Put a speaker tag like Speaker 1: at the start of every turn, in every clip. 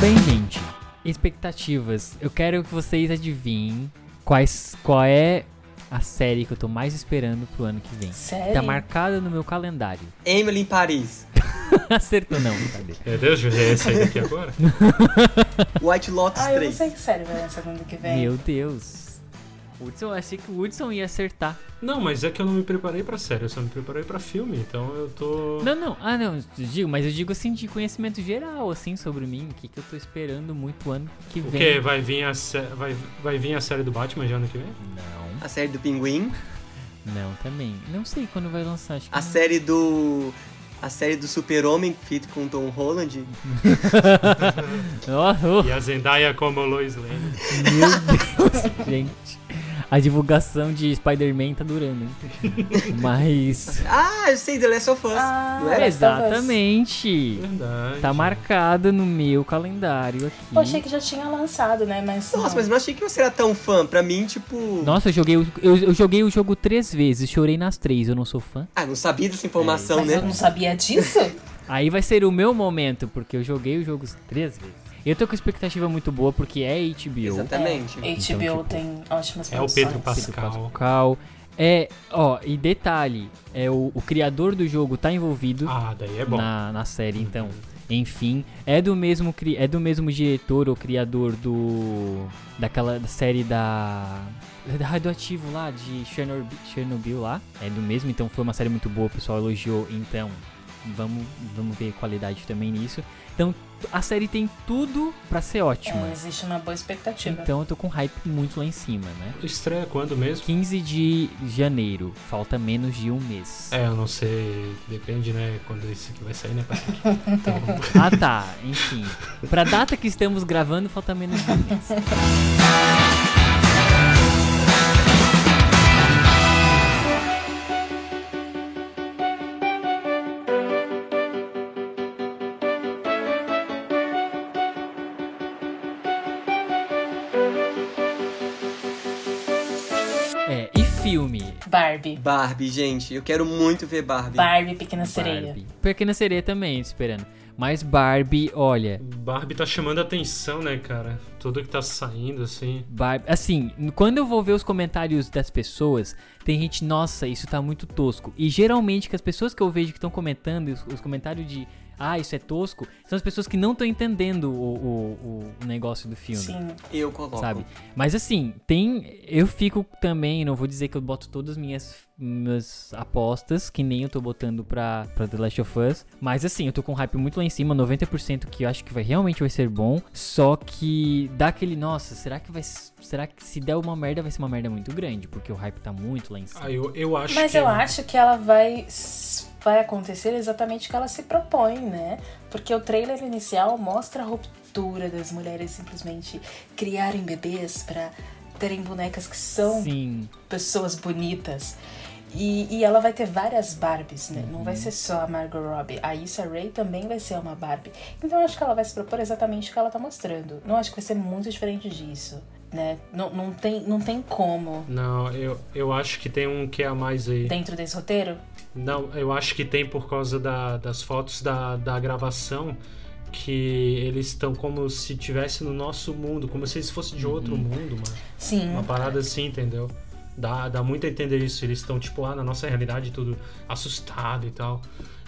Speaker 1: Bem, gente, expectativas. Eu quero que vocês adivinhem quais, qual é a série que eu tô mais esperando pro ano que vem.
Speaker 2: Sério?
Speaker 1: Tá marcada no meu calendário.
Speaker 3: Emily em Paris.
Speaker 1: Acertou não, brincadeira.
Speaker 4: Meu Deus, Júlia, é esse aí daqui agora?
Speaker 3: White Lotus
Speaker 2: Ah, eu não
Speaker 3: 3.
Speaker 2: sei que série vai lançar no ano que vem.
Speaker 1: Meu Deus. Hudson, eu achei que o Hudson ia acertar.
Speaker 4: Não, mas é que eu não me preparei pra série, eu só me preparei pra filme, então eu tô.
Speaker 1: Não, não. Ah, não. Digo, mas eu digo assim de conhecimento geral, assim, sobre mim. O que, que eu tô esperando muito ano que
Speaker 4: O
Speaker 1: vem.
Speaker 4: quê? Vai vir, a sé... vai... vai vir a série do Batman já ano que vem?
Speaker 1: Não.
Speaker 3: A série do Pinguim.
Speaker 1: Não, também. Não sei quando vai lançar. Acho que
Speaker 3: A
Speaker 1: não.
Speaker 3: série do. A série do Super-Homem feito com Tom Holland.
Speaker 1: Oh, oh,
Speaker 4: E a Zendaya como Lois Lane.
Speaker 1: meu Deus, gente. A divulgação de Spider-Man tá durando, hein? Mas.
Speaker 3: Ah, eu sei, The Last of Us.
Speaker 2: Ah,
Speaker 3: não era?
Speaker 2: Last of Us.
Speaker 1: Exatamente.
Speaker 4: Verdade.
Speaker 1: Tá marcada no meu calendário aqui.
Speaker 2: Eu achei que já tinha lançado, né? Mas.
Speaker 3: Nossa,
Speaker 2: não.
Speaker 3: mas não achei que você era tão fã. Pra mim, tipo.
Speaker 1: Nossa, eu joguei, o- eu, eu joguei o jogo três vezes, chorei nas três, eu não sou fã.
Speaker 3: Ah, não sabia dessa informação,
Speaker 2: É, Mas
Speaker 3: né?
Speaker 2: eu não sabia disso?
Speaker 1: Aí vai ser o meu momento, porque eu joguei o jogo três vezes. Eu tô com expectativa muito boa, porque é HBO.
Speaker 3: Exatamente.
Speaker 2: É, HBO
Speaker 1: Então, tipo,
Speaker 2: tem ótimas
Speaker 4: É o
Speaker 2: produções.
Speaker 4: Pedro
Speaker 1: Pedro
Speaker 4: Pascal.
Speaker 1: Pascal. É, ó, e detalhe, é o, o criador do jogo tá envolvido
Speaker 4: Ah, daí é bom.
Speaker 1: na, na série, então. Enfim, é do mesmo cri- é do mesmo diretor ou criador do daquela série da da radioativo lá de Chernobyl, Chernobyl lá. É do mesmo, então foi uma série muito boa, o pessoal elogiou, então vamos vamos ver qualidade também nisso. Então, a série tem tudo pra ser ótima.
Speaker 2: É, existe uma boa expectativa.
Speaker 1: Então eu tô com hype muito lá em cima, né?
Speaker 4: Estreia quando mesmo?
Speaker 1: 15 de janeiro, falta menos de um mês.
Speaker 4: É, eu não sei. Depende, né? Quando isso aqui vai sair, né, Patrick? Então,
Speaker 1: Ah tá, enfim. Pra data que estamos gravando, falta menos de um mês. É, e filme?
Speaker 2: Barbie.
Speaker 3: Barbie, gente. Eu quero muito ver Barbie.
Speaker 2: Barbie, Pequena Sereia.
Speaker 1: Barbie. né? Pequena sereia também, tô esperando. Mas Barbie, olha.
Speaker 4: Barbie tá chamando a atenção, né, cara? Tudo que tá saindo, assim.
Speaker 1: Barbie. Assim, quando eu vou ver os comentários das pessoas, tem gente, nossa, isso tá muito tosco. E geralmente que as pessoas que eu vejo que estão comentando, os, os comentários de ah, isso é tosco, são as pessoas que não estão entendendo o, o- o negócio do filme.
Speaker 2: Sim.
Speaker 3: Eu coloco.
Speaker 1: Sabe? Mas assim, tem. Eu fico também, não vou dizer que eu boto todas as minhas, minhas apostas, que nem eu tô botando pra, pra The Last of Us. Mas assim, eu tô com um hype muito lá em cima, 90% que eu acho que vai, realmente vai ser bom. Só que dá aquele, nossa, será que vai. Será que se der uma merda, vai ser uma merda muito grande? Porque o hype tá muito lá em cima.
Speaker 4: Ah, eu, eu acho
Speaker 2: Mas
Speaker 3: é.
Speaker 4: que.
Speaker 2: eu acho que ela vai, s- vai acontecer exatamente o que ela se propõe, né? Porque o trailer inicial mostra a ruptura das mulheres simplesmente criarem bebês pra terem bonecas que são
Speaker 1: Sim.
Speaker 2: pessoas bonitas. E, e ela vai ter várias Barbies, né? Não vai ser só a Margot Robbie. A Issa Rae também vai ser uma Barbie. Então eu acho que ela vai se propor exatamente o que ela tá mostrando. Não acho que vai ser muito diferente disso, né? Não, não, tem, não tem como
Speaker 4: Não, eu, eu acho que tem um que é a mais aí.
Speaker 2: dentro desse roteiro.
Speaker 4: Não, eu acho que tem por causa da- das fotos da, da gravação que eles estão como se tivesse no nosso mundo, como se eles fossem de outro mundo, mano.
Speaker 2: Sim.
Speaker 4: Uma parada assim, entendeu? Dá, dá muito a entender isso. Eles estão, tipo, lá na nossa realidade, tudo assustado e tal.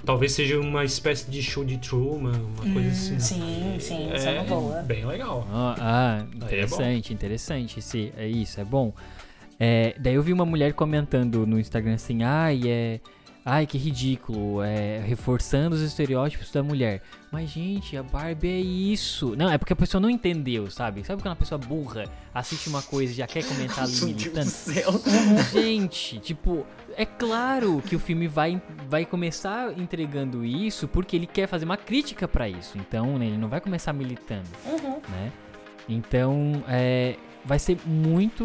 Speaker 4: Talvez seja uma espécie de show de Truman, uma coisa assim.
Speaker 2: Hum, sim, sim, isso é uma boa.
Speaker 4: Bem legal.
Speaker 1: Ah, ah,
Speaker 4: Aí é bom.
Speaker 1: interessante, interessante. Esse, é isso, é bom. É, daí eu vi uma mulher comentando no Instagram assim, ai, é. Ai, que ridículo. É, reforçando os estereótipos da mulher. Mas, gente, a Barbie é isso. Não, é porque a pessoa não entendeu, sabe? Sabe quando a pessoa burra assiste uma coisa e já quer comentar ali
Speaker 3: Meu Deus
Speaker 4: tipo
Speaker 3: do
Speaker 4: assim.
Speaker 1: militando?
Speaker 3: céu.
Speaker 1: Gente, tipo, é claro que o filme vai, vai começar entregando isso porque ele quer fazer uma crítica pra isso. Então, né, ele não vai começar militando
Speaker 2: Uhum.
Speaker 1: né? Então, é, vai ser muito.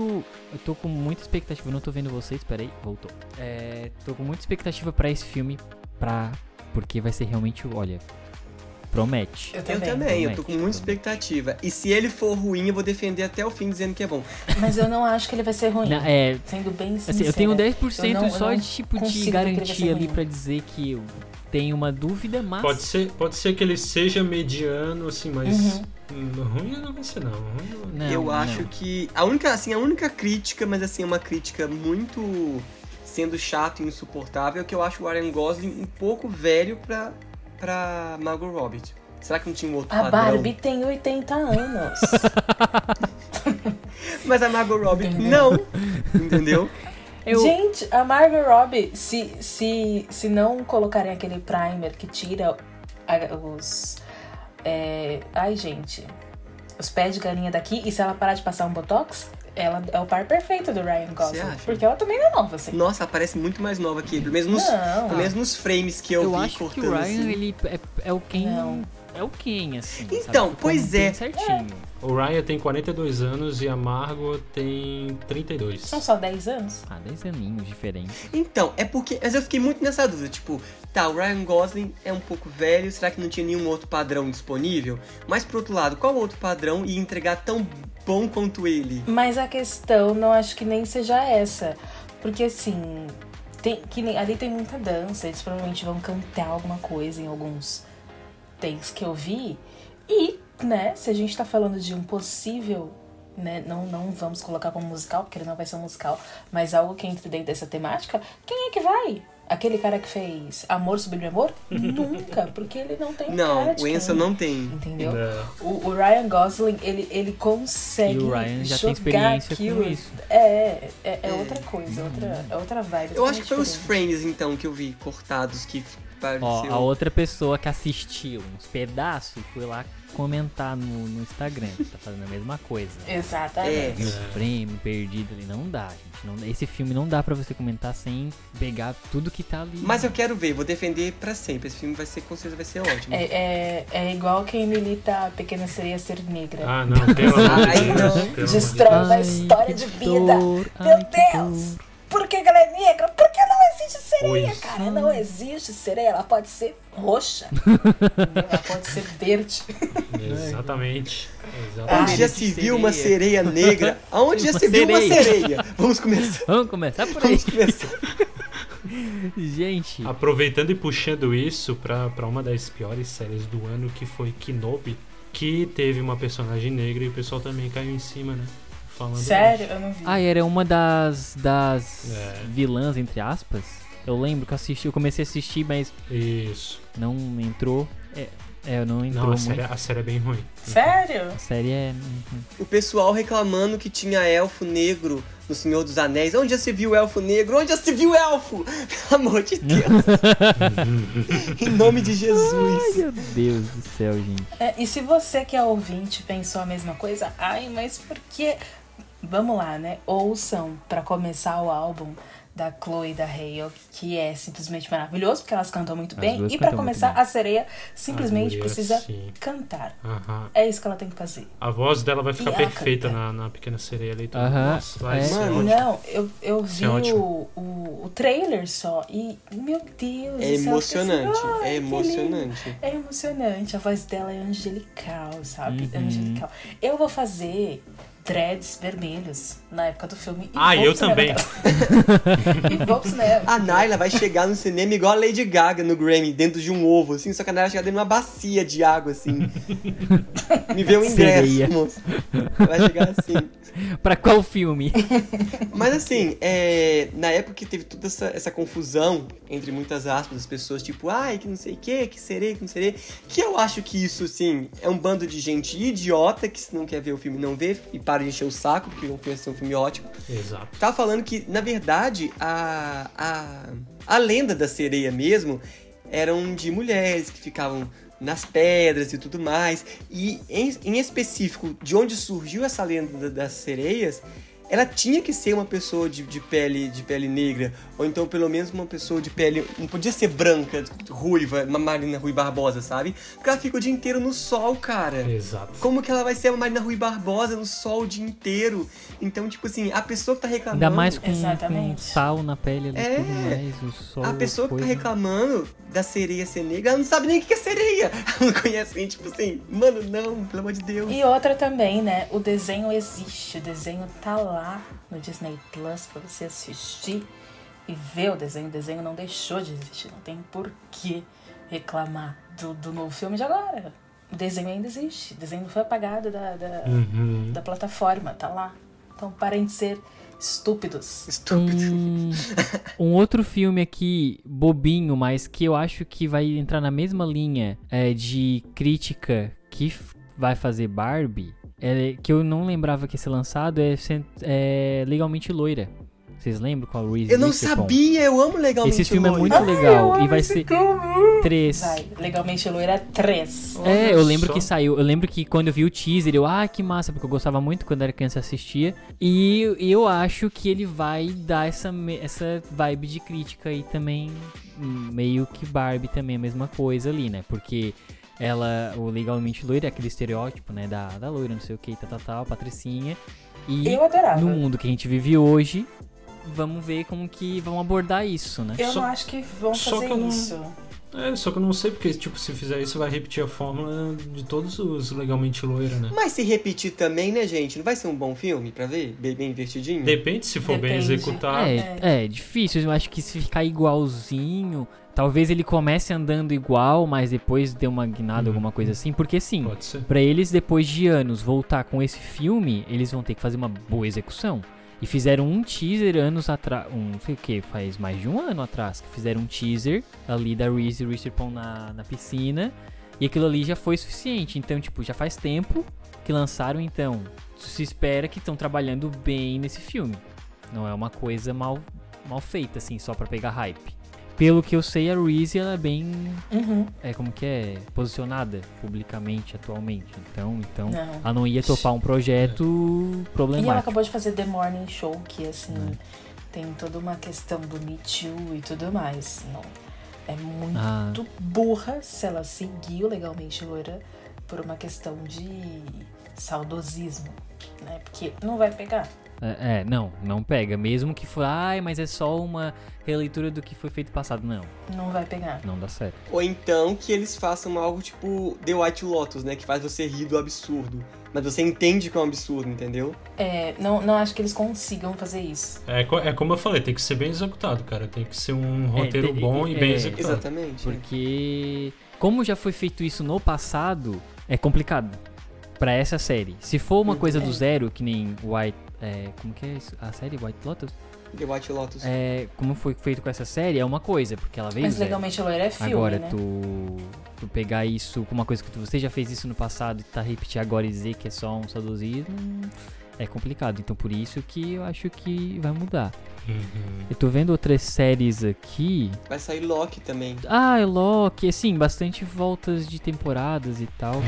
Speaker 1: Eu tô com muita expectativa. eu Não tô vendo vocês, peraí, voltou. É, tô com muita expectativa pra esse filme, pra, porque vai ser realmente, olha, Promete.
Speaker 2: Eu
Speaker 3: Eu
Speaker 2: também.
Speaker 3: também, eu
Speaker 1: promete,
Speaker 3: tô com muita
Speaker 1: promete.
Speaker 3: expectativa. E se ele for ruim, eu vou defender até o fim dizendo que é bom.
Speaker 2: Mas eu não acho que ele vai ser ruim.
Speaker 1: Na- é,
Speaker 2: Sendo bem sincero.
Speaker 1: assim, eu tenho 10%
Speaker 2: Eu não- eu
Speaker 1: só
Speaker 2: não
Speaker 1: de tipo
Speaker 2: consigo
Speaker 1: de
Speaker 2: ver que ele vai ser
Speaker 1: garantia ali
Speaker 2: ruim.
Speaker 1: pra dizer que eu tenho uma dúvida, mas
Speaker 4: Pode ser, pode ser que ele seja mediano, assim, mas
Speaker 2: Uhum.
Speaker 4: hum, ruim não vai ser, não. Ruim não-
Speaker 1: Não,
Speaker 3: eu
Speaker 1: não.
Speaker 3: acho que a única, assim, a única crítica, mas assim, uma crítica muito sendo chato e insuportável, é que eu acho o Ryan Gosling um pouco velho pra, pra Margot Robbie. Será que não tinha um outro
Speaker 2: A
Speaker 3: padrão?
Speaker 2: Barbie tem 80 anos.
Speaker 3: Mas a Margot Robbie não, entendeu?
Speaker 1: Eu-
Speaker 2: Gente, a Margot Robbie, se, se, se não colocarem aquele primer que tira a- os. é, ai, gente. Os pés de galinha daqui, e se ela parar de passar um botox, ela é o par perfeito do Ryan Gosling.
Speaker 3: acha?
Speaker 2: Porque ela também não é nova, assim.
Speaker 3: Nossa, parece muito mais nova que ele. Pelo menos nos,
Speaker 2: Não.
Speaker 3: pelo menos nos frames que eu,
Speaker 1: eu
Speaker 3: vi
Speaker 1: acho que
Speaker 3: cortando.
Speaker 1: o Ryan,
Speaker 3: assim.
Speaker 1: ele é, é o quem.
Speaker 2: Não.
Speaker 1: É o quem, assim.
Speaker 3: Então,
Speaker 1: sabe? Ficou
Speaker 3: pois
Speaker 1: bem
Speaker 3: é.
Speaker 1: Certinho.
Speaker 4: O Ryan tem 42 anos e a Margot tem 32.
Speaker 2: São só 10 anos.
Speaker 1: Ah, 10 aninhos diferente.
Speaker 3: Então, é porque. Mas eu fiquei muito nessa dúvida. Tipo, tá, o Ryan Gosling é um pouco velho, será que não tinha nenhum outro padrão disponível? Mas por outro lado, qual outro padrão ia entregar tão bom quanto ele?
Speaker 2: Mas a questão não acho que nem seja essa. Porque assim, tem, que nem- ali tem muita dança, eles provavelmente vão cantar alguma coisa em alguns takes que eu vi. E, né, se a gente tá falando de um possível, né, não, não vamos colocar como musical, porque ele não vai ser um musical, mas algo que entre dentro dessa temática, quem é que vai? Aquele cara que fez Amor Sublime Amor? Nunca, porque ele não tem cara
Speaker 3: Não,
Speaker 2: de
Speaker 3: o Enzo
Speaker 2: quem,
Speaker 3: não tem.
Speaker 2: Entendeu?
Speaker 4: É.
Speaker 2: O, o Ryan Gosling, ele, ele consegue.
Speaker 1: E o Ryan já tem
Speaker 2: jogar
Speaker 1: experiência com
Speaker 2: aquilo.
Speaker 1: isso.
Speaker 2: É, é, é outra coisa, é outra, é outra vibe.
Speaker 3: Eu acho que foi os
Speaker 2: diferente.
Speaker 3: frames, então, que eu vi cortados que
Speaker 1: Ó, a
Speaker 3: pareceu.
Speaker 1: outra pessoa que assistiu uns pedaços foi lá comentar no, no Instagram. que Tá fazendo a mesma coisa.
Speaker 3: É.
Speaker 2: Exatamente.
Speaker 1: E o frame perdido ali não dá, gente. Não, esse filme não dá pra você comentar sem pegar tudo que tá ali.
Speaker 3: Mas eu quero ver, vou defender pra sempre. Esse filme vai ser, com certeza, vai ser ótimo.
Speaker 2: É, é, é igual quem milita a pequena sereia ser negra.
Speaker 4: Ah, não, pelo amor de
Speaker 3: Ai,
Speaker 4: Deus.
Speaker 3: não.
Speaker 4: pelo amor de
Speaker 2: É. Destrói
Speaker 4: Deus.
Speaker 2: uma história
Speaker 1: que
Speaker 2: de vida.
Speaker 1: dor,
Speaker 2: Meu
Speaker 1: ai, que
Speaker 2: Deus!
Speaker 1: dor.
Speaker 2: Por que que ela é negra? Por que não existe sereia,
Speaker 4: Pois.
Speaker 2: cara? Não existe sereia. Ela pode ser roxa. ela pode ser verde.
Speaker 4: Exatamente.
Speaker 2: Ah,
Speaker 3: Onde já
Speaker 4: Exatamente.
Speaker 1: ele
Speaker 3: Um se
Speaker 1: de
Speaker 3: viu uma sereia negra? Aonde já
Speaker 1: Uma
Speaker 3: se viu uma
Speaker 1: sereia.
Speaker 3: sereia? Vamos começar.
Speaker 1: Vamos começar por aí.
Speaker 3: Vamos começar.
Speaker 1: Gente,
Speaker 4: Aproveitando e puxando isso pra, pra uma das piores séries do ano, que foi Kenobi, que teve uma personagem negra e o pessoal também caiu em cima, né? Falando
Speaker 2: Sério? Eu não vi.
Speaker 1: Ah, era uma das, das
Speaker 4: É.
Speaker 1: vilãs, entre aspas. Eu lembro que eu assisti, eu comecei a assistir, mas
Speaker 4: Isso.
Speaker 1: não entrou. É, é, não entrou
Speaker 4: Não, a
Speaker 1: muito.
Speaker 4: série, a série é bem ruim.
Speaker 2: Sério?
Speaker 1: A série é. uhum.
Speaker 3: O pessoal reclamando que tinha elfo negro no Senhor dos Anéis. Onde já se viu elfo negro? Onde já se viu elfo? Pelo amor de Deus. em nome de
Speaker 1: Ai,
Speaker 3: Jesus.
Speaker 1: meu Deus do céu, gente.
Speaker 2: É, e se você que é ouvinte pensou a mesma coisa, ai, mas por que. Vamos lá, né? Ouçam pra começar o álbum da Chloe e da Hale, que é simplesmente maravilhoso, porque elas cantam muito
Speaker 1: As
Speaker 2: bem.
Speaker 1: duas
Speaker 2: E pra
Speaker 1: cantam muito
Speaker 2: começar,
Speaker 1: bem.
Speaker 2: a sereia simplesmente
Speaker 4: mulher,
Speaker 2: precisa
Speaker 4: sim.
Speaker 2: cantar.
Speaker 4: Aham.
Speaker 2: É isso que ela tem que fazer.
Speaker 4: A voz dela vai ficar
Speaker 2: E ela
Speaker 4: perfeita
Speaker 2: canta.
Speaker 4: na, na Pequena Sereia ali. Então,
Speaker 1: Aham,
Speaker 4: Nossa, vai
Speaker 1: é.
Speaker 4: ser
Speaker 3: Mano,
Speaker 4: ótimo.
Speaker 2: Não, eu, eu vi
Speaker 4: é
Speaker 2: o,
Speaker 4: ótimo.
Speaker 2: o, o trailer só e, meu Deus, do
Speaker 3: É
Speaker 2: céu, eu fiquei assim,
Speaker 3: emocionante.
Speaker 2: "Ai, que
Speaker 3: É
Speaker 2: lindo."
Speaker 3: emocionante.
Speaker 2: É emocionante, a voz dela é angelical, sabe?
Speaker 1: Uhum.
Speaker 2: Angelical. Eu vou fazer dreads vermelhos na época do filme. e
Speaker 4: Ah,
Speaker 2: vou
Speaker 4: eu
Speaker 2: pro cinema.
Speaker 4: também.
Speaker 2: e vou pro cinema.
Speaker 3: A Naila vai chegar no cinema igual a Lady Gaga no Grammy, dentro de um ovo, assim. Só que a Naila vai chegar dentro de uma bacia de água, assim. Me vê o
Speaker 1: Sereia.
Speaker 3: ingresso, moço. Vai chegar assim.
Speaker 1: Pra qual filme?
Speaker 3: Mas assim, é, na época que teve toda essa, essa confusão, entre muitas aspas, as pessoas tipo, ai, que não sei o que, que serei, que não serei, que eu acho que isso, assim, é um bando de gente idiota que se não quer ver o filme, não vê, e para de encher o saco, porque não pensa ser um filme ótimo.
Speaker 4: Exato.
Speaker 3: Tá falando que, na verdade, a, a, a lenda da sereia mesmo eram de mulheres que ficavam nas pedras e tudo mais. E, em, em específico, de onde surgiu essa lenda da- das sereias ela tinha que ser uma pessoa de, de pele de pele negra, ou então pelo menos uma pessoa de pele. Não podia ser branca, ruiva, uma Marina Rui Barbosa, sabe? Porque ela fica o dia inteiro no sol,
Speaker 2: É.
Speaker 3: cara.
Speaker 4: Exato.
Speaker 3: Como que ela vai ser uma Marina Rui Barbosa no sol o dia inteiro? Então, tipo assim, a pessoa que tá reclamando.
Speaker 1: Ainda mais com, com
Speaker 2: Exatamente.
Speaker 1: sal na pele ali,
Speaker 3: É.
Speaker 1: tudo mais, o sol.
Speaker 3: A pessoa que tá
Speaker 1: coisa.
Speaker 3: reclamando da sereia ser negra, ela não sabe nem o que é sereia. Ela não conhece nem, tipo assim, mano, não, pelo amor de Deus.
Speaker 2: E outra também, né? O desenho existe, o desenho tá lá no Disney Plus pra você assistir e ver o desenho. O desenho não deixou de existir, não tem por que reclamar do, do novo filme de agora. O desenho ainda existe, o desenho não foi apagado da, da,
Speaker 4: Uhum.
Speaker 2: da plataforma, tá lá. Então parem de ser estúpidos.
Speaker 3: Estúpido.
Speaker 1: Um, um outro filme aqui, bobinho, mas que eu acho que vai entrar na mesma linha é, de crítica que f- vai fazer Barbie, é, que eu não lembrava que ia ser lançado, é, Cent- é Legalmente Loira. Vocês lembram qual a Reese
Speaker 3: Eu não
Speaker 1: Witherspoon?
Speaker 3: sabia, eu amo legalmente.
Speaker 1: é Esse filme é
Speaker 3: Loira. Ah,
Speaker 1: muito legal e vai ser três.
Speaker 2: Vai, legalmente loira 3.
Speaker 1: É, eu lembro
Speaker 4: só.
Speaker 1: que saiu. Eu lembro que quando eu vi o teaser, eu, ah, que massa, porque eu gostava muito quando era criança e assistia. E eu acho que ele vai dar essa, me- essa vibe de crítica aí também. hum, Meio que Barbie também, a mesma coisa ali, né? Porque ela, o legalmente loira, é aquele estereótipo, né? Da, da loira, não sei o tá, que, tal, tal, tal, patricinha. E
Speaker 2: Eu adorava.
Speaker 1: no mundo que a gente vive hoje, vamos ver como que vão abordar isso, né?
Speaker 2: Eu
Speaker 4: Só-
Speaker 2: não acho que vão
Speaker 4: só
Speaker 2: fazer
Speaker 4: que eu não-
Speaker 2: isso.
Speaker 4: É, só que eu não sei porque, tipo, se fizer isso, vai repetir a fórmula de todos os legalmente loira, né?
Speaker 3: Mas se repetir também, né, gente? Não vai ser um bom filme pra ver? Bem, bem divertidinho?
Speaker 4: Depende se for bem
Speaker 2: Depende.
Speaker 4: executado.
Speaker 1: É, é difícil. Eu acho que se ficar igualzinho, talvez ele comece andando igual, mas depois dê uma guinada,
Speaker 4: Uhum.
Speaker 1: alguma coisa assim. Porque sim,
Speaker 4: Pode ser.
Speaker 1: pra eles depois de anos voltar com esse filme, eles vão ter que fazer uma boa execução. E fizeram um teaser anos atrás, um, não sei o que, faz mais de um ano atrás, que fizeram um teaser ali da Reese Witherspoon na, na piscina, e aquilo ali já foi suficiente. Então, tipo, já faz tempo que lançaram, então, se espera que estão trabalhando bem nesse filme. Não é uma coisa mal, mal feita, assim, só pra pegar hype. Pelo que eu sei, a Reese, ela é bem
Speaker 2: Uhum.
Speaker 1: é como que é posicionada publicamente atualmente. Então, então
Speaker 2: Não.
Speaker 1: ela não ia topar um projeto
Speaker 2: E ela
Speaker 1: problemático.
Speaker 2: acabou de fazer The Morning Show, que assim, tem toda uma questão do Me Too e tudo mais. Não. É muito
Speaker 1: Ah.
Speaker 2: burra se ela seguiu legalmente loira por uma questão de saudosismo, né? Porque não vai pegar.
Speaker 1: É, é, não, não pega. Mesmo que for, ai, mas é só uma releitura do que foi feito passado. Não,
Speaker 2: Não vai pegar.
Speaker 1: não dá certo.
Speaker 3: Ou então que eles façam algo tipo The White Lotus, né? Que faz você rir do absurdo. Mas você entende que é um absurdo, entendeu?
Speaker 2: É, não, não acho que eles consigam fazer isso.
Speaker 4: É, co- é como eu falei, tem que ser bem executado, cara. Tem que ser um roteiro
Speaker 1: tem-
Speaker 4: bom e
Speaker 1: é,
Speaker 4: bem executado.
Speaker 3: Exatamente.
Speaker 1: Porque como já foi feito isso no passado, é complicado pra essa série. Se for uma coisa do
Speaker 2: É.
Speaker 1: zero, que nem White, é, como que é isso? a série White Lotus,
Speaker 3: The White Lotus.
Speaker 1: é, como foi feito com essa série é uma coisa, porque ela veio
Speaker 2: Mas
Speaker 1: zero.
Speaker 2: legalmente loira é filme,
Speaker 1: agora
Speaker 2: né?
Speaker 1: tu, tu pegar isso com uma coisa que tu- você já fez isso no passado e tá repetir agora e dizer que é só um saudosismo é complicado. Então por isso que eu acho que vai mudar.
Speaker 4: Uhum.
Speaker 1: Eu tô vendo outras séries aqui.
Speaker 3: Vai sair Loki também.
Speaker 1: Ah, é Loki, assim, bastante voltas de temporadas e tal.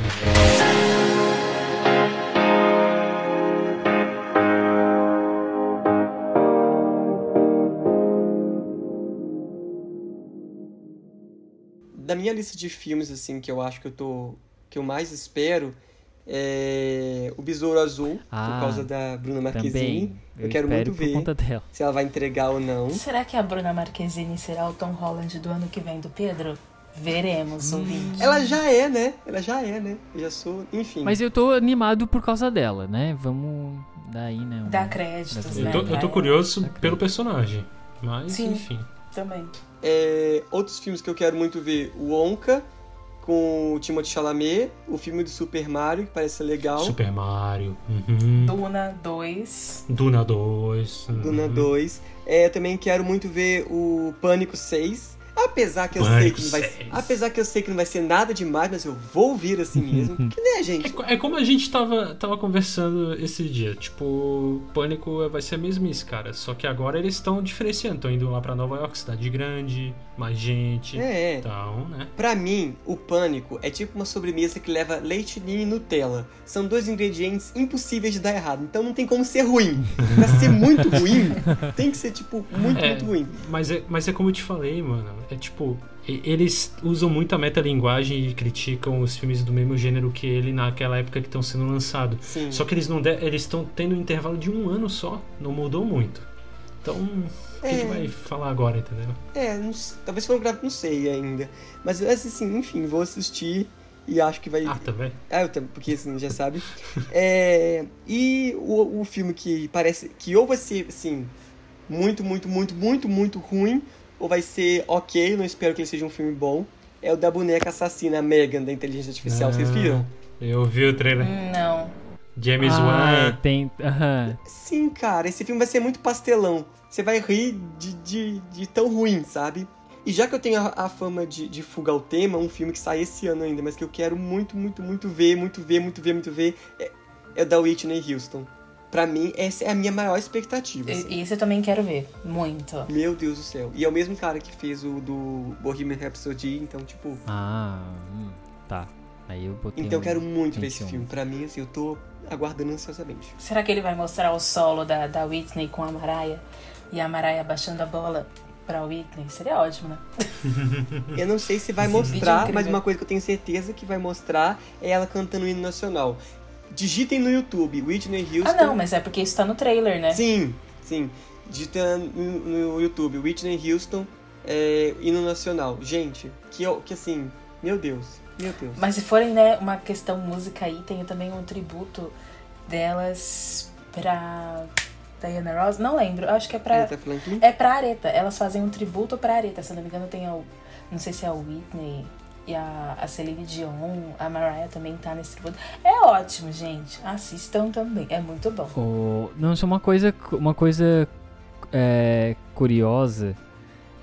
Speaker 3: Da minha lista de filmes, assim, que eu acho que eu tô. que eu mais espero é. O Besouro Azul,
Speaker 1: Ah,
Speaker 3: por causa da Bruna Marquezine.
Speaker 1: Também.
Speaker 3: Eu quero
Speaker 1: espero
Speaker 3: muito
Speaker 1: por
Speaker 3: ver.
Speaker 1: conta dela.
Speaker 3: Se ela vai entregar ou não.
Speaker 2: Será que a Bruna Marquezine será o Tom Holland do ano que vem do Pedro? Veremos,
Speaker 4: Hum.
Speaker 2: ouvinte.
Speaker 3: Ela já é, né? Ela já é, né? Eu já sou. Enfim.
Speaker 1: Mas eu tô animado por causa dela, né? Vamos dar aí, né? um-
Speaker 2: Dá créditos,
Speaker 1: Mas
Speaker 4: Eu
Speaker 2: né?
Speaker 4: tô,
Speaker 2: pra
Speaker 4: eu tô
Speaker 2: ela.
Speaker 4: curioso
Speaker 1: Bacana.
Speaker 4: pelo personagem. Mas,
Speaker 2: Sim.
Speaker 4: enfim.
Speaker 2: Também.
Speaker 3: É, outros filmes que eu quero muito ver: o Onca, com o Timothée Chalamet, o filme do Super Mario, que parece ser legal.
Speaker 2: Então?
Speaker 4: Super Mario. Uhum.
Speaker 2: Duna 2.
Speaker 4: Duna 2. uhum.
Speaker 3: Duna 2. É, também quero muito ver o Pânico 6. Ah, Apesar que eu sei que não vai, apesar que eu sei que não vai ser nada demais, mas eu vou ouvir assim mesmo. que né, gente?
Speaker 4: É, co- é como a gente tava, tava conversando esse dia. Tipo, Pânico é- vai ser a mesmice, cara. Só que agora eles estão diferenciando. Estão indo lá pra Nova York, cidade grande, mais gente.
Speaker 3: É, é.
Speaker 4: Então, né?
Speaker 3: Pra mim, o pânico é tipo uma sobremesa que leva leite ninho e Nutella. São dois ingredientes impossíveis de dar errado. Então não tem como ser ruim. Pra ser muito ruim, tem que ser, tipo, muito,
Speaker 4: É.
Speaker 3: muito ruim.
Speaker 4: Mas é, mas é como eu te falei, mano. É tipo, e- eles usam muita metalinguagem e criticam os filmes do mesmo gênero que ele naquela época que estão sendo lançados.
Speaker 3: Sim.
Speaker 4: Só que eles não de- eles estão tendo um intervalo de um ano só, não mudou muito. Então, o que,
Speaker 3: É.
Speaker 4: que vai falar agora, entendeu?
Speaker 3: É, não s- talvez foram gravados, não sei ainda. Mas assim, enfim, vou assistir e acho que vai.
Speaker 4: Ah, também.
Speaker 3: Ah, eu também, porque assim, já sabe. É, e o, o filme que parece que ou vai ser, assim, muito, muito, muito, muito, muito ruim, ou vai ser ok, não espero que ele seja um filme bom, é o da boneca assassina Megan, da inteligência artificial. Vocês viram?
Speaker 4: Eu vi o trailer.
Speaker 2: Não.
Speaker 4: James
Speaker 1: ah,
Speaker 4: Wan.
Speaker 1: tem. aham.
Speaker 3: Sim, cara, esse filme vai ser muito pastelão. Você vai rir de, de, de tão ruim, sabe? E já que eu tenho a, a fama de, de fuga ao tema, um filme que sai esse ano ainda, mas que eu quero muito, muito, muito ver, muito ver, muito ver, muito ver, é, é o da Whitney Houston. Pra mim, essa é a minha maior expectativa. assim.
Speaker 2: E- Esse eu também quero ver. Muito.
Speaker 3: Meu Deus do céu. E é o mesmo cara que fez o do Bohemian Rhapsody, então, tipo.
Speaker 1: Ah, hum, tá. Aí eu botei.
Speaker 3: Então eu
Speaker 1: um-
Speaker 3: quero muito ver esse
Speaker 1: 21.
Speaker 3: filme. Pra mim, assim, eu tô aguardando ansiosamente.
Speaker 2: Será que ele vai mostrar o solo da, da Whitney com a Mariah? E a Mariah baixando a bola pra Whitney? Seria ótimo, né?
Speaker 3: Eu não sei se vai
Speaker 2: Esse vídeo é
Speaker 3: mostrar,
Speaker 2: incrível.
Speaker 3: mas uma coisa que eu tenho certeza que vai mostrar é ela cantando o hino nacional. Digitem no YouTube, Whitney Houston.
Speaker 2: Ah, não, mas é porque isso tá no trailer, né?
Speaker 3: Sim, sim. Digita no no YouTube, Whitney Houston, é, hino nacional. Gente, que, eu- que assim, meu Deus, meu Deus.
Speaker 2: Mas se forem, né, uma questão música aí, tem também um tributo delas pra Diana Ross. Não lembro, eu acho que é pra.
Speaker 3: Aretha Franklin?
Speaker 2: É pra Areta. Elas fazem um tributo pra Areta. Se eu não me engano, tem a. Não sei se é a Whitney e a, a Celine Dion. A Mariah também tá nesse tributo. É ótimo, gente. Assistam também. É muito bom.
Speaker 1: O- Não, só uma coisa, uma coisa é, curiosa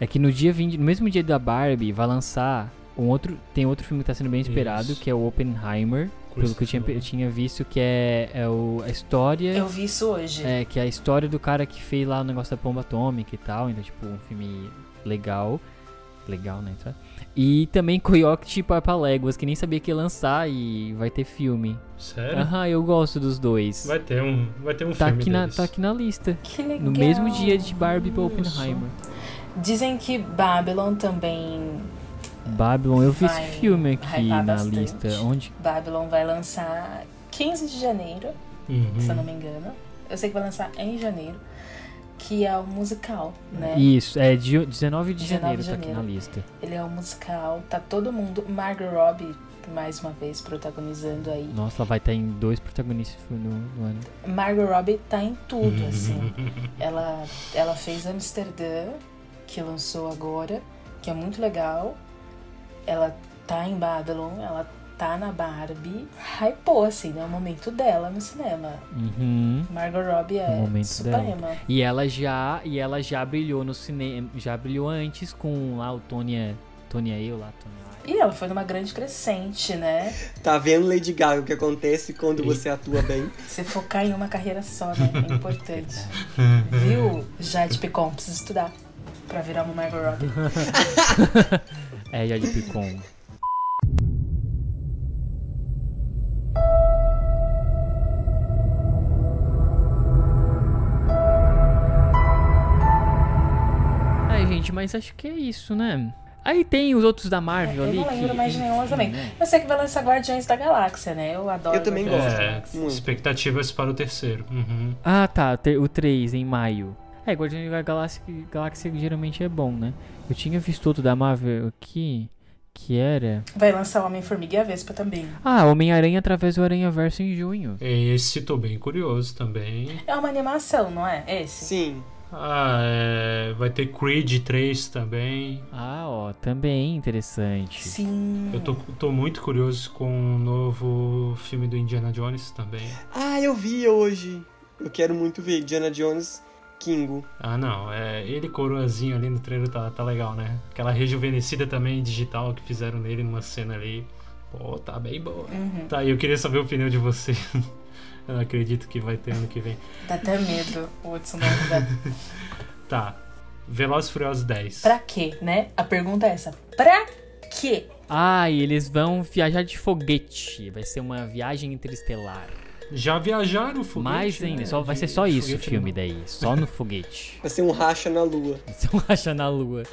Speaker 1: é que no dia 20, no mesmo dia da Barbie, vai lançar um outro, tem outro filme que tá sendo bem esperado,
Speaker 4: Isso.
Speaker 1: que é o Oppenheimer, pelo que eu tinha, eu tinha visto, que é, é o- a história
Speaker 2: Eu vi isso hoje.
Speaker 1: é, que é a história do cara que fez lá o negócio da bomba atômica e tal, então, tipo, um filme legal. Legal, né? tá? E também Coyote e Papaléguas, tipo, que nem sabia que ia lançar e vai ter filme.
Speaker 4: Sério?
Speaker 1: Aham, eu gosto dos dois.
Speaker 4: Vai ter um, vai ter um
Speaker 1: tá,
Speaker 4: filme
Speaker 1: aqui na,
Speaker 4: deles.
Speaker 1: tá aqui na lista.
Speaker 2: Que legal.
Speaker 1: No mesmo dia de Barbie pra Oppenheimer.
Speaker 2: Dizem que Babylon também.
Speaker 1: Babylon, eu vi
Speaker 2: Vai
Speaker 1: esse filme aqui
Speaker 2: hypar
Speaker 1: na
Speaker 2: bastante.
Speaker 1: lista. Onde?
Speaker 2: Babylon vai lançar 15 de janeiro,
Speaker 4: Uhum.
Speaker 2: se eu
Speaker 1: Hum.
Speaker 2: não me engano. Eu sei que vai lançar em janeiro. Que é o musical, né?
Speaker 1: Isso, é dia 19 de
Speaker 2: 19
Speaker 1: janeiro,
Speaker 2: de
Speaker 1: tá aqui na
Speaker 2: janeiro.
Speaker 1: lista.
Speaker 2: Ele é um musical, tá todo mundo. Margot Robbie, mais uma vez, protagonizando aí.
Speaker 1: Nossa, ela vai estar em dois protagonistas no, no ano.
Speaker 2: Margot Robbie tá em
Speaker 1: Uhum.
Speaker 2: tudo, assim. Ela, ela fez Amsterdã, que lançou agora, que é muito legal. Ela tá em Babylon, ela tá na Barbie. Hypou, assim, né? O momento dela no cinema.
Speaker 1: Uhum.
Speaker 2: Margot Robbie
Speaker 1: O
Speaker 2: é
Speaker 1: momento
Speaker 2: suprema.
Speaker 1: E ela já, e ela já brilhou no cinema, já brilhou antes com lá o Tonya, Tonya eu lá, Tonya.
Speaker 2: E ela foi numa grande crescente, né?
Speaker 3: Tá vendo, Lady Gaga, o que acontece quando você atua bem?
Speaker 2: Se focar em uma carreira só, né? É importante. Viu, Jade Picon? Precisa estudar pra virar uma Margot Robbie.
Speaker 1: É, já de Picon. Ai, gente, mas acho que é isso, né? Aí tem os outros da Marvel
Speaker 2: É, Eu
Speaker 1: ali.
Speaker 2: não lembro
Speaker 1: que,
Speaker 2: mais de nenhum
Speaker 1: enfim,
Speaker 2: lançamento.
Speaker 1: né?
Speaker 2: Eu sei que vai lançar Guardiões da Galáxia, né? Eu adoro.
Speaker 3: Eu também
Speaker 2: Guardiões
Speaker 3: gosto.
Speaker 2: da
Speaker 4: É,
Speaker 2: Galáxia.
Speaker 3: Muito.
Speaker 4: expectativas para o terceiro. Uhum.
Speaker 1: Ah, tá, ter- o 3 em maio. É, Guardiões da Galáxia, Galáxia geralmente é bom, né? Eu tinha visto outro da Marvel aqui, que era...
Speaker 2: Vai lançar o Homem-Formiga e a Vespa também.
Speaker 1: Ah, Homem-Aranha através do Aranha-Verso em junho.
Speaker 4: Esse tô bem curioso também.
Speaker 2: É uma animação, não é? Esse?
Speaker 3: Sim.
Speaker 4: Ah, é, vai ter Creed 3 também.
Speaker 1: Ah, ó, também interessante.
Speaker 2: Sim.
Speaker 4: Eu tô, tô muito curioso com o novo filme do Indiana Jones também.
Speaker 3: Ah, eu vi hoje. Eu quero muito ver Diana Jones, Kingo.
Speaker 4: Ah, não. É, ele coroazinho ali no trailer tá, tá legal, né? Aquela rejuvenescida também digital que fizeram nele numa cena ali. Pô, tá bem boa. Tá, e eu queria saber a opinião de você. eu não acredito que vai ter ano que vem.
Speaker 2: Dá até medo o Hudson não avisar.
Speaker 4: Tá. Velozes e Furiosos 10.
Speaker 2: Pra quê, né? A pergunta é essa. Pra quê?
Speaker 1: Ai, Ah, eles vão viajar de foguete. Vai ser uma viagem interestelar.
Speaker 4: Já viajaram o foguete?
Speaker 1: Mais ainda,
Speaker 4: né?
Speaker 1: só, vai
Speaker 4: De-
Speaker 1: ser só
Speaker 4: de
Speaker 1: isso o
Speaker 4: foguete né?
Speaker 1: filme
Speaker 4: não.
Speaker 1: daí. Só no foguete.
Speaker 3: Vai ser um racha na lua.
Speaker 1: Então racha na lua.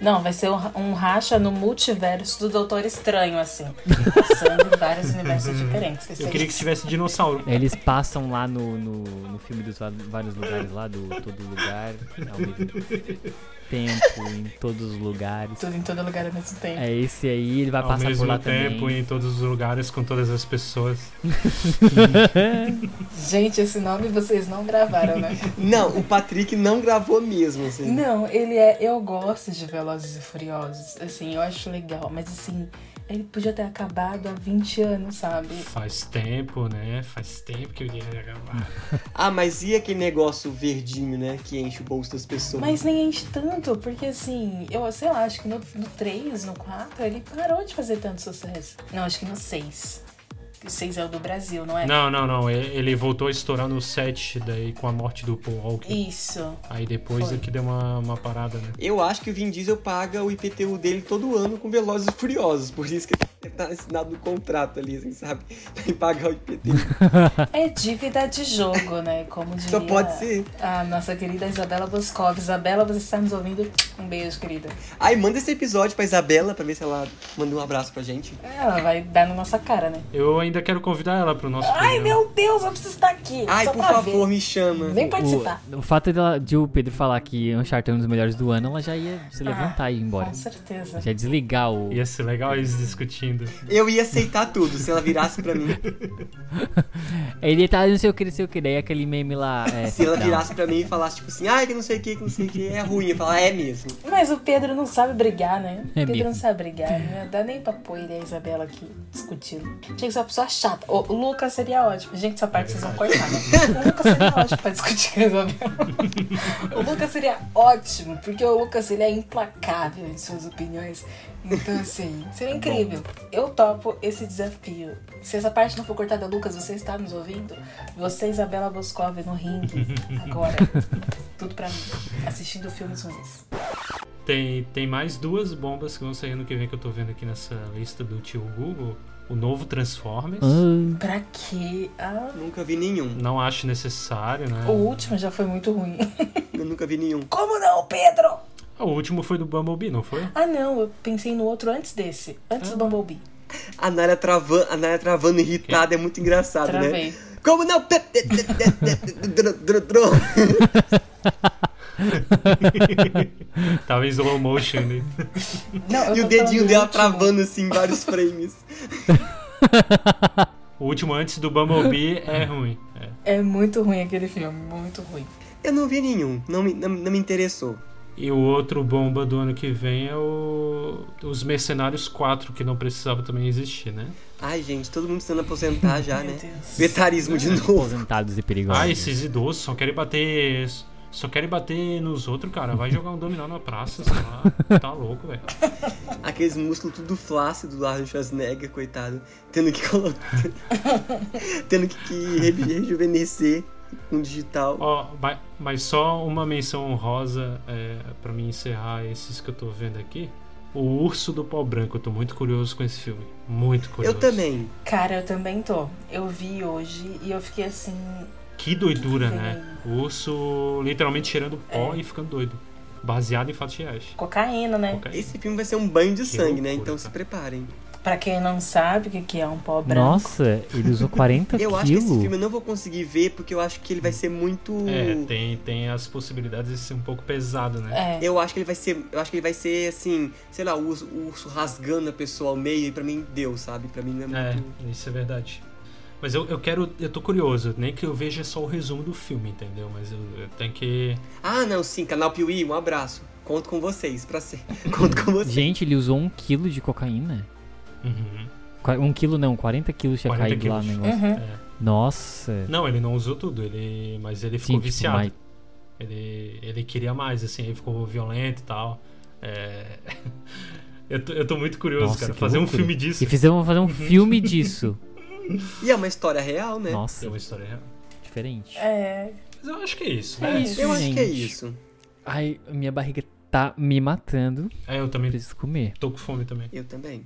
Speaker 2: Não, vai ser um, um racha no multiverso do Doutor Estranho, assim. Passando em vários universos diferentes. Vai
Speaker 4: Eu
Speaker 2: ser
Speaker 4: queria que
Speaker 2: isso.
Speaker 4: tivesse dinossauro.
Speaker 1: Eles passam lá no, no, no filme dos va- vários lugares lá, do todo lugar, ao mesmo tempo, em todos os lugares.
Speaker 2: Tudo em todo lugar ao mesmo tempo.
Speaker 1: É esse aí, ele vai
Speaker 4: Ao
Speaker 1: passar
Speaker 4: mesmo
Speaker 1: por lá
Speaker 4: tempo,
Speaker 1: também.
Speaker 4: em todos os lugares, com todas as pessoas.
Speaker 2: Gente, esse nome vocês não gravaram, né?
Speaker 3: Não, o Patrick não gravou mesmo, assim.
Speaker 2: Não, ele é. Eu gosto de Velozes e Furiosos. Assim, eu acho legal. Mas, assim, ele podia ter acabado há 20 anos, sabe?
Speaker 4: Faz tempo, né? Faz tempo que é eu ia gravar.
Speaker 3: Ah, mas e aquele negócio verdinho, né? Que enche o bolso das pessoas.
Speaker 2: Mas nem enche tanto, porque assim, eu sei lá, acho que no, no 3, no 4, ele parou de fazer tanto sucesso. Não, acho que no 6. O 6 é o do Brasil, não é?
Speaker 4: Não, não, não. Ele ele voltou a estourar no 7 daí com a morte do Paul Walker.
Speaker 2: Isso.
Speaker 4: Aí depois
Speaker 2: Foi.
Speaker 4: é que deu uma, uma parada, né?
Speaker 3: Eu acho que o Vin Diesel paga o IPTU dele todo ano com Velozes e Furiosos. Por isso que ele tá assinado no contrato ali, assim, sabe? Pra pagar o IPTU.
Speaker 2: É dívida de jogo, né? Como diria
Speaker 3: Só pode ser.
Speaker 2: a nossa querida Isabela Boscov. Isabela, você está nos ouvindo? Um beijo, querida.
Speaker 3: Aí manda esse episódio pra Isabela pra ver se ela manda um abraço pra gente.
Speaker 2: Ela vai dar na nossa cara, né?
Speaker 4: Eu ainda quero convidar ela pro nosso
Speaker 2: Ai,
Speaker 4: programa.
Speaker 2: meu Deus, eu preciso estar aqui.
Speaker 3: Ai,
Speaker 2: só
Speaker 3: por
Speaker 2: pra
Speaker 3: favor,
Speaker 2: ver.
Speaker 3: me chama.
Speaker 2: Vem participar.
Speaker 1: O, o fato dela, de o Pedro falar que Uncharted é um dos melhores do ano, ela já ia se
Speaker 2: Ah,
Speaker 1: levantar e ir embora.
Speaker 2: Com certeza.
Speaker 1: Já desligar o.
Speaker 4: Ia ser legal eles discutindo.
Speaker 3: Eu ia aceitar tudo se ela virasse pra mim.
Speaker 1: Ele tá não sei o que, não sei o que, daí aquele meme lá. É,
Speaker 3: Se ela
Speaker 1: não.
Speaker 3: virasse pra mim e falasse, tipo assim, ai, que não sei o que, que não sei o que, é ruim. Eu falar, é mesmo.
Speaker 2: Mas o Pedro não sabe brigar, né? O
Speaker 1: É
Speaker 2: Pedro
Speaker 1: mesmo.
Speaker 2: não sabe brigar, né? Dá nem pra pôr ele e a Isabela aqui discutindo. Tinha que ser uma pessoa chata. Ô, O Lucas seria ótimo. Gente, essa parte vocês vão cortar, né? O Lucas seria ótimo pra discutir com a Isabela. O Lucas seria ótimo, porque o Lucas ele é implacável em suas opiniões. Então, assim, seria incrível. Eu topo esse desafio. Se essa parte não for cortada, Lucas, você está nos ouvindo? Você, e Isabela Boscov, no ringue, agora. Tudo pra mim. Assistindo filmes ruins.
Speaker 4: Tem, tem mais duas bombas que vão sair ano que vem que eu tô vendo aqui nessa lista do tio Google. O novo Transformers.
Speaker 1: Ah,
Speaker 2: Pra quê? Ah,
Speaker 3: Nunca vi nenhum.
Speaker 4: Não acho necessário, né?
Speaker 2: o último já foi muito ruim.
Speaker 3: Eu nunca vi nenhum.
Speaker 2: Como não, Pedro?
Speaker 4: Ah, O último foi do Bumblebee, não foi?
Speaker 2: Ah, não, eu pensei no outro antes desse. Antes
Speaker 1: Ah.
Speaker 2: do Bumblebee.
Speaker 3: A Nara, travan, a Nara travando irritada é muito engraçado, né?
Speaker 2: Travei.
Speaker 3: Como não? Pe- de- de- de- de- dro- dro- dro.
Speaker 4: Tava em slow motion né? ali.
Speaker 2: Não, eu
Speaker 3: E
Speaker 2: tô
Speaker 3: o
Speaker 2: falando
Speaker 3: dedinho
Speaker 2: do
Speaker 3: dela
Speaker 2: último.
Speaker 3: travando assim em vários frames.
Speaker 4: O último antes do Bumblebee é ruim. É.
Speaker 2: É muito ruim aquele filme, muito ruim.
Speaker 3: Eu não vi nenhum, não me, não, não me interessou.
Speaker 4: E o outro bomba do ano que vem é o... Os Mercenários 4, que não precisava também existir, né?
Speaker 3: Ai, gente, todo mundo precisando aposentar já,
Speaker 2: Meu
Speaker 3: né?
Speaker 2: Deus.
Speaker 3: Vetarismo de novo.
Speaker 1: Aposentados e perigosos.
Speaker 4: Ah, esses idosos só querem bater... Só querem bater nos outros, cara. Vai jogar um dominó na praça, sei lá. Tá louco, velho.
Speaker 3: Aqueles músculos tudo flácido do Arnold Schwarzenegger, coitado. Tendo que colocar. tendo que, que reju- rejuvenescer com digital.
Speaker 4: Ó, ba- mas só uma menção honrosa é, para mim encerrar esses que eu tô vendo aqui. O Urso do Pau Branco. Eu tô muito curioso com esse filme. Muito curioso.
Speaker 3: Eu também.
Speaker 2: Cara, eu também tô. Eu vi hoje e eu fiquei assim.
Speaker 4: Que doidura,
Speaker 2: Sim.
Speaker 4: né? O urso literalmente cheirando pó
Speaker 3: É.
Speaker 4: e ficando doido. Baseado em fatos reais.
Speaker 2: Cocaína, né?
Speaker 4: Ok?
Speaker 3: Esse filme vai ser um banho de sangue, né?
Speaker 4: loucura,
Speaker 3: Então se
Speaker 4: cara.
Speaker 3: preparem.
Speaker 2: Pra quem não sabe o que que é um pó branco.
Speaker 1: Nossa, ele usou 40
Speaker 3: Eu acho que esse
Speaker 1: quilos.
Speaker 3: filme eu não vou conseguir ver porque eu acho que ele vai ser muito.
Speaker 1: Hum.
Speaker 4: É, tem, tem as possibilidades de ser um pouco pesado,
Speaker 2: É.
Speaker 4: né?
Speaker 3: Eu acho que ele vai ser. Eu acho que ele vai ser assim, sei lá, o urso, o urso rasgando a pessoa ao meio e pra mim deu, sabe? Pra mim não é muito.
Speaker 4: É, isso é verdade. Mas eu, eu quero. Eu tô curioso. Nem que eu veja só o resumo do filme, entendeu? Mas eu, eu tenho que.
Speaker 3: Ah, não, sim, canal Piuí, um abraço. Conto com vocês, pra ser. Conto com vocês.
Speaker 1: Gente, ele usou 1 quilo de cocaína.
Speaker 4: Uhum.
Speaker 1: 1 um quilo não, 40 quilos tinha
Speaker 4: 40
Speaker 1: caído lá no
Speaker 4: quilos.
Speaker 1: negócio.
Speaker 2: Uhum.
Speaker 4: É.
Speaker 1: Nossa.
Speaker 4: Não, ele não usou tudo, ele, mas ele ficou
Speaker 1: Sim, tipo,
Speaker 4: viciado.
Speaker 1: mas-
Speaker 4: Ele, ele queria mais, assim, aí ficou violento e tal. É... eu, tô, eu tô muito curioso,
Speaker 1: Nossa,
Speaker 4: cara.
Speaker 1: que
Speaker 4: Fazer um
Speaker 1: loucura.
Speaker 4: filme disso
Speaker 1: E fizemos fazer um filme disso.
Speaker 3: E é uma história real, né?
Speaker 4: é
Speaker 1: Nossa,
Speaker 4: uma história real.
Speaker 1: diferente.
Speaker 2: É.
Speaker 4: Mas eu acho que é isso,
Speaker 1: É
Speaker 4: né?
Speaker 1: isso,
Speaker 3: Eu acho que é
Speaker 1: gente.
Speaker 3: isso.
Speaker 1: Ai, minha barriga tá me matando.
Speaker 4: É, eu também
Speaker 1: Preciso comer.
Speaker 4: tô com fome também.
Speaker 3: Eu também.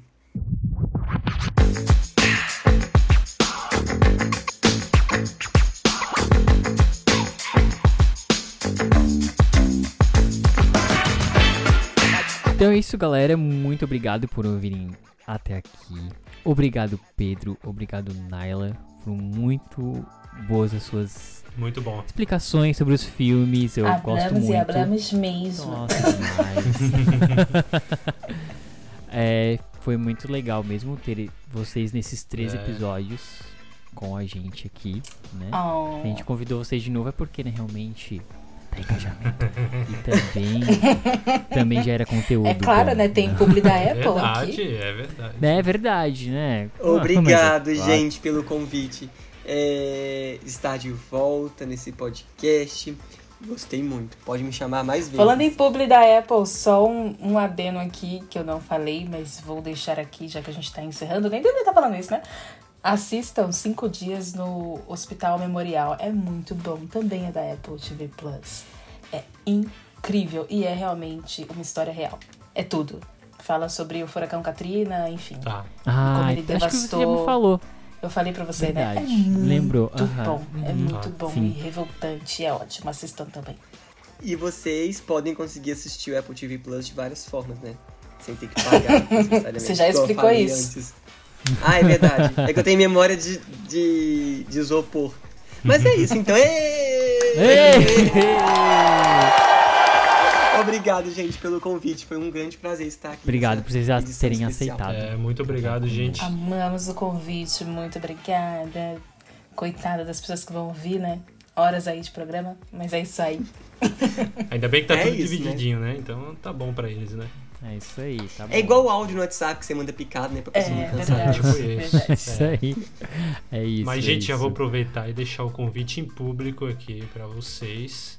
Speaker 1: Então é isso, galera. Muito obrigado por ouvirem até aqui. Obrigado, Pedro. Obrigado, Naila. Foram muito boas as suas
Speaker 4: Muito bom.
Speaker 1: explicações sobre os filmes. Eu gosto
Speaker 2: Hablamos
Speaker 1: muito.
Speaker 2: e hablamos mesmo.
Speaker 1: Nossa, demais. É, foi muito legal mesmo ter vocês nesses três
Speaker 4: É.
Speaker 1: episódios com a gente aqui, né?
Speaker 2: Oh.
Speaker 1: A gente convidou vocês de novo é porque, né, realmente tá engajamento. e também, também gera conteúdo.
Speaker 2: É claro,
Speaker 1: bom,
Speaker 2: né? Tem publi da Apple
Speaker 4: verdade,
Speaker 2: aqui.
Speaker 4: é verdade.
Speaker 1: É verdade, né?
Speaker 3: Obrigado,
Speaker 1: Ah, mas é claro.
Speaker 3: gente, pelo convite. É, estar de volta nesse podcast. Gostei muito. Pode me chamar mais vezes.
Speaker 2: Falando em publi da Apple, só um, um adeno aqui que eu não falei, mas vou deixar aqui, já que a gente tá encerrando. Nem deveria estar falando isso, né? Assistam cinco dias no Hospital Memorial. É muito bom. Também é da Apple TV Plus. É incrível e é realmente uma história real. É tudo. Fala sobre o furacão Katrina, enfim.
Speaker 4: Tá.
Speaker 1: Ah,
Speaker 2: Como ele
Speaker 1: acho que você já me
Speaker 2: devastou.
Speaker 1: falou.
Speaker 2: Eu falei pra você, né? É
Speaker 1: Verdade.
Speaker 2: muito
Speaker 1: Lembrou. Aham.
Speaker 2: bom. É
Speaker 1: Uhum.
Speaker 2: muito bom
Speaker 1: Sim.
Speaker 2: e revoltante. É ótimo. Assistam também.
Speaker 3: E vocês podem conseguir assistir o Apple TV Plus de várias formas, né? Sem ter que pagar necessariamente.
Speaker 2: Você já
Speaker 3: igual eu
Speaker 2: explicou
Speaker 3: falei
Speaker 2: isso.
Speaker 3: antes. Ah, é verdade. É que eu tenho memória de, de, de isopor. Mas é isso, então. ê!
Speaker 1: Ei!
Speaker 3: Obrigado, gente, pelo convite. Foi um grande prazer estar aqui.
Speaker 1: Obrigado
Speaker 3: nessa
Speaker 1: por vocês a-
Speaker 3: edição
Speaker 1: terem
Speaker 3: especial.
Speaker 1: aceitado.
Speaker 4: É, muito obrigado, gente.
Speaker 2: Amamos o convite, muito obrigada. Coitada das pessoas que vão ouvir, né? Horas aí de programa, mas é isso aí.
Speaker 4: Ainda bem que tá
Speaker 3: É
Speaker 4: tudo
Speaker 3: isso, né?
Speaker 4: divididinho, né? Então tá bom pra eles, né?
Speaker 1: É isso aí, tá bom.
Speaker 3: É igual o áudio no WhatsApp que você manda picado, né? Pra pessoa
Speaker 2: É
Speaker 3: não cansar.
Speaker 2: verdade.
Speaker 4: tipo esse.
Speaker 1: É
Speaker 2: verdade.
Speaker 1: isso aí. É isso.
Speaker 4: Mas,
Speaker 1: é
Speaker 4: gente, já
Speaker 1: isso.
Speaker 4: vou aproveitar e deixar o convite em público aqui pra vocês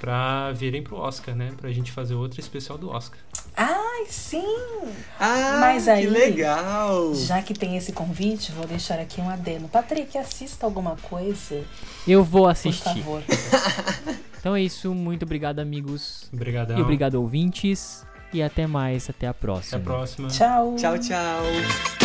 Speaker 4: pra virem pro Oscar, né? Pra gente fazer outro especial do Oscar.
Speaker 2: Ai, sim!
Speaker 3: Ah,
Speaker 2: Mas aí-
Speaker 3: que legal!
Speaker 2: Já que tem esse convite, vou deixar aqui um adeno. Patrick, assista alguma coisa,
Speaker 1: Eu vou
Speaker 2: por
Speaker 1: assistir.
Speaker 2: favor.
Speaker 1: Então é isso. Muito obrigado, amigos.
Speaker 4: Obrigadão.
Speaker 1: E obrigado, ouvintes. E até mais. Até a
Speaker 4: Então. Até a próxima.
Speaker 2: Tchau!
Speaker 3: Tchau, tchau!